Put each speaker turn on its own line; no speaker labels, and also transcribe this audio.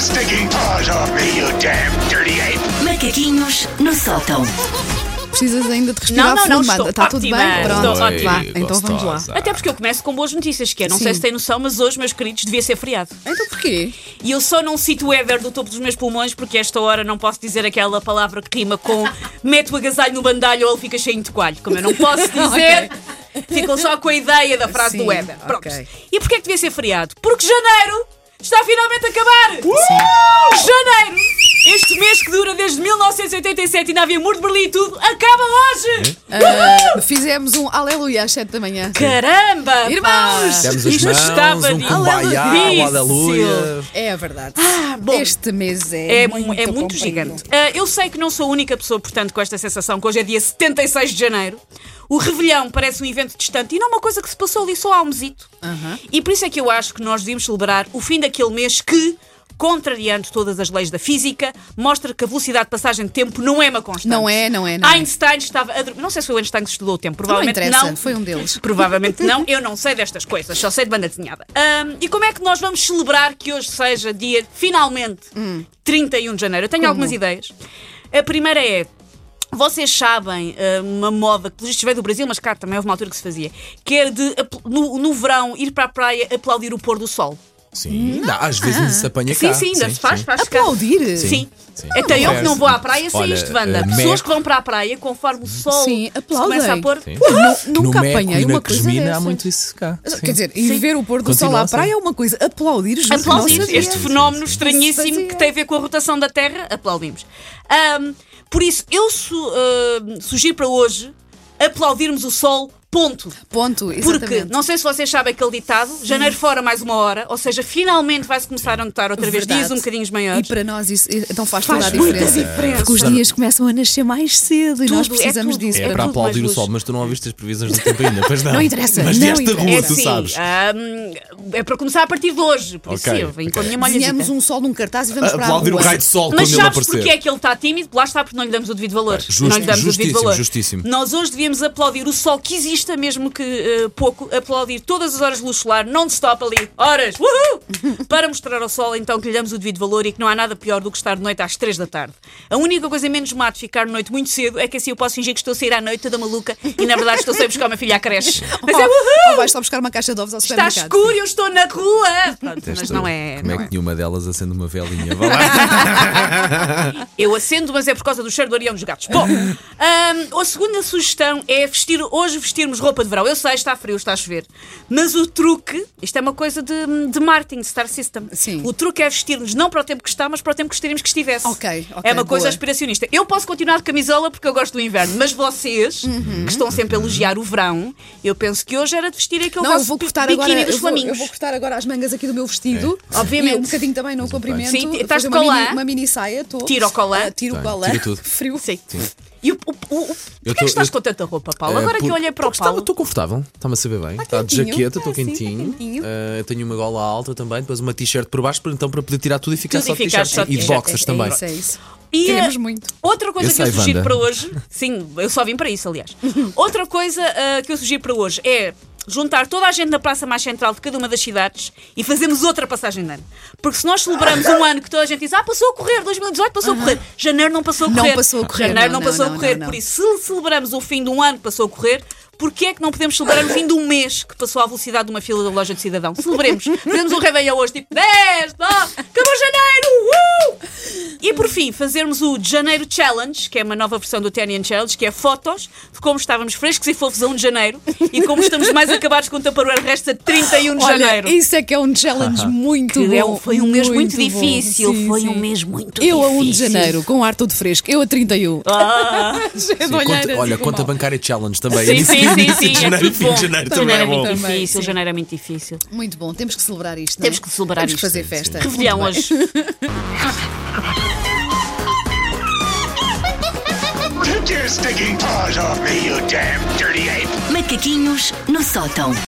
stinking paws off me, you damn dirty ape!
Macaquinhos no sótão.
Precisas ainda de respirar
Não, não, não,
fundo, Wanda.
estou
Está tudo
ótima,
bem? Pronto,
estou
vá,
ótima.
então vamos lá.
Gostosa.
Até porque eu começo com boas notícias, que é, não sei
Sim.
se têm noção, mas hoje, meus queridos, devia ser feriado.
Então porquê?
E eu só não cito o Ever do topo dos meus pulmões, porque esta hora não posso dizer aquela palavra que rima com mete o agasalho no bandalho ou ele fica cheio de coalho. Como eu não posso dizer, ficam só com a ideia da frase
Sim,
do Ever. Pronto.
ok.
E porquê é que devia ser feriado? Porque janeiro está finalmente a acabar! Janeiro! Este mês que dura desde 1987 e na Via Muro de Berlim e tudo, acaba hoje!
Ah, fizemos um aleluia às 7 da manhã.
Caramba!
Irmãos!
pá!
Demos as
Isto
mãos,
estava
um
de-
kumbaya, um
difícil.
aleluia.
É a verdade.
bom.
este mês é,
É, mu- é muito
comprido.
gigante. Ah, eu sei que não sou a única pessoa, portanto, com esta sensação que hoje é dia 76 de janeiro. O Revelhão parece um evento distante e não uma coisa que se passou ali só há um mesito. E por isso é que eu acho que nós devíamos celebrar o fim daquele mês que, contrariando todas as leis da física, mostra que a velocidade de passagem de tempo não é uma constante.
Não é, não é, não é.
Einstein estava. A... dur- Não sei se foi o Einstein que estudou o tempo, provavelmente
interessa,
não.
foi um deles.
Provavelmente não, eu não sei destas coisas, só sei de banda desenhada. Ahm, e como é que nós vamos celebrar que hoje seja dia, finalmente,
Hum.
31 de janeiro? Eu tenho algumas ideias. A primeira é. Vocês sabem ah, uma moda que, pelo visto, veio do Brasil, mas cá também houve uma altura que se fazia, que era de, apl- no, no verão, ir para a praia aplaudir o pôr do sol.
Sim, dá, às vezes ainda se apanha cá.
Hum? Ah. sim, sim, ainda se faz,
sim.
faz cá.
Aplaudir?
Sim.
sim.
Até eu que não
Acontece.
vou à praia sei
Olha,
isto, Wanda.
eh,
Pessoas
México-
que vão para a praia, conforme o sol
Sim,
se
aplaudem.
começa a pôr.
Sim.
Nu- Nunca
no Meco
apanhei
e na
uma coisa
Cosmina
dessas.
há muito isso cá. Sim. É
Quer dizer, ir ver o pôr do sol
Continua
à
assim.
praia é uma coisa. Aplaudir, juro que não
aplaudir
sabia.
este fenómeno
Sim, sim,
estranhíssimo
sim.
que tem a ver com a rotação da Terra, aplaudimos. Ahm, por isso, eu su- ahm, sugiro para hoje aplaudirmos o Sol, ponto.
Ponto,
Porque,
exatamente.
não sei se vocês sabem aquele ditado, janeiro fora mais uma hora, ou seja, finalmente vai-se começar a notar outra vez
Verdade.
dias um bocadinho
E
maiores.
para nós isso então faz,
Faz
toda a
muita
diferença.
diferença.
Porque os dias começam a nascer mais cedo e
Tudo,
nós
é
precisamos
tudo.
disso.
É
É
para
tudo mais
aplaudir o
luz.
sol, mas tu não ouviste as previsões do tempo ainda, pois não.
Não interessa,
Mas
não
desta
interessa.
rua,
é
tu
sim,
sabes.
ahm, é para começar a partir de hoje, por
Ok,
isso eu venho com a minha
Desenhamos
malhazita.
um sol num cartaz e vamos para a
Aplaudir o
rua.
raio de sol
é. Mas
quando ele
sabes
aparecer.
porque é que ele está tímido? Lá está, porque não lhe damos o devido valor.
justo,
não lhe damos o devido
justíssimo,
valor.
justíssimo.
Nós hoje devíamos aplaudir o sol que exista, mesmo que eh, pouco, aplaudir todas as horas de luz solar, não stop ali, horas, uhul, para mostrar ao sol então que lhe damos o devido valor e que não há nada pior do que estar de noite às 3 da tarde. A única coisa menos má de ficar de noite muito cedo é que assim eu posso fingir que estou a sair à noite toda maluca e na verdade estou a sair buscar uma filha à creche. Mas é
Ou, ou
uhul!
vais só buscar uma caixa de ovos ao
Está
supermercado.
escuro, eu estou na rua! Pronto, mas não é.
Como
não
é
é.
que nenhuma delas acende uma velinha? Vá lá.
Eu acendo, mas é por causa do cheiro do arião dos gatos. Bom, ahm, a segunda sugestão é vestir, hoje vestirmos roupa de verão. Eu sei, está frio, está a chover. Mas o truque, isto é uma coisa de, de marketing, de Star System.
Sim.
O truque é vestirmos não para o tempo que está, mas para o tempo que gostaríamos que estivesse.
Ok, ok,
É uma coisa
boa.
aspiracionista. Eu posso continuar de camisola porque eu gosto do inverno, mas vocês,
Uhum.
que estão sempre a elogiar o verão, eu penso que hoje era de vestir aquele
Não, eu
vosso
vou
pi-
cortar
biquíni
agora.
dos
Eu vou, eu
flamingos.
vou cortar agora as mangas aqui do meu vestido.
É. Obviamente.
E um bocadinho também no comprimento.
Sim, estás
fazer
de
uma
colã?
mini, uma mini saia, estou.
Tiro o colã?
Ah, tiro o
Tá,
colã.
tiro tudo.
Frio.
Sim. E o, o, o- o- porquê é que
tô-
estás
eu- é
com tanta roupa,
Eh,
Paulo? Agora que eu olhei para o Paulo. Tá
Estou confortável, está-me a saber bem. Está de
quentinho.
jaqueta, estou
assim,
Ah, sim, tá
quentinho.
quentinho.
Ah, eu tenho uma gola alta também, depois uma t-shirt por baixo, para- então para poder tirar tudo e ficar
Tudo
só
e
de
ficar
t-shirt.
só de
E de
t-shirt.
boxers
É
também.
isso, é isso.
E,
Queremos
eh,
muito.
Outra coisa
Eu
que eu
sei,
sugiro
Wanda.
para hoje, sim, eu só vim para isso, aliás. Outra coisa eh, que eu sugiro para hoje é juntar toda a gente na praça mais central de cada uma das cidades e fazermos outra passagem de ano. Porque se nós celebramos um ano que toda a gente diz, ah, passou a correr, 2018 passou a correr, janeiro não passou a
Não
correr.
passou a correr,
Janeiro
não,
não,
não,
passou
não,
a correr.
não, não.
Por isso, se celebramos o fim de um ano que passou a correr, porquê é que não podemos celebrar o fim de um mês que passou à velocidade de uma fila da loja de cidadão? Celebremos. Fazemos um Réveillon hoje, tipo 10, 9, acabou janeiro! Uh! E por fim, fazermos o de Janeiro Challenge, que é uma nova versão do Tenian Challenge, que é fotos de como estávamos frescos e fofos a 1 de janeiro e como estamos mais acabados com o Tupperware resta de 31 de
Olha,
janeiro.
Isso é que é um challenge muito
Que é um-
bom.
foi um mês muito,
bom.
difícil,
Sim,
foi
sim.
um mês muito
Eu a 1 de
difícil. Ah,
janeiro, com o ar todo fresco. Eu a 31.
Sim, conta- Olha, conta bancária challenge também.
Sim, sim, sim, sim, é
Janeiro,
tudo
fim
bom.
de
Janeiro
janeiro também é bom.
muito
Também,
difícil,
sim.
janeiro é muito difícil.
Muito bom, temos que celebrar isto. não é?
Temos que celebrar
Temos que
isto.
fazer
Sim,
festa.
sim.
Revelhão hoje.
Take your stinking paws off me, you damn dirty ape!
Macaquinhos no sótão.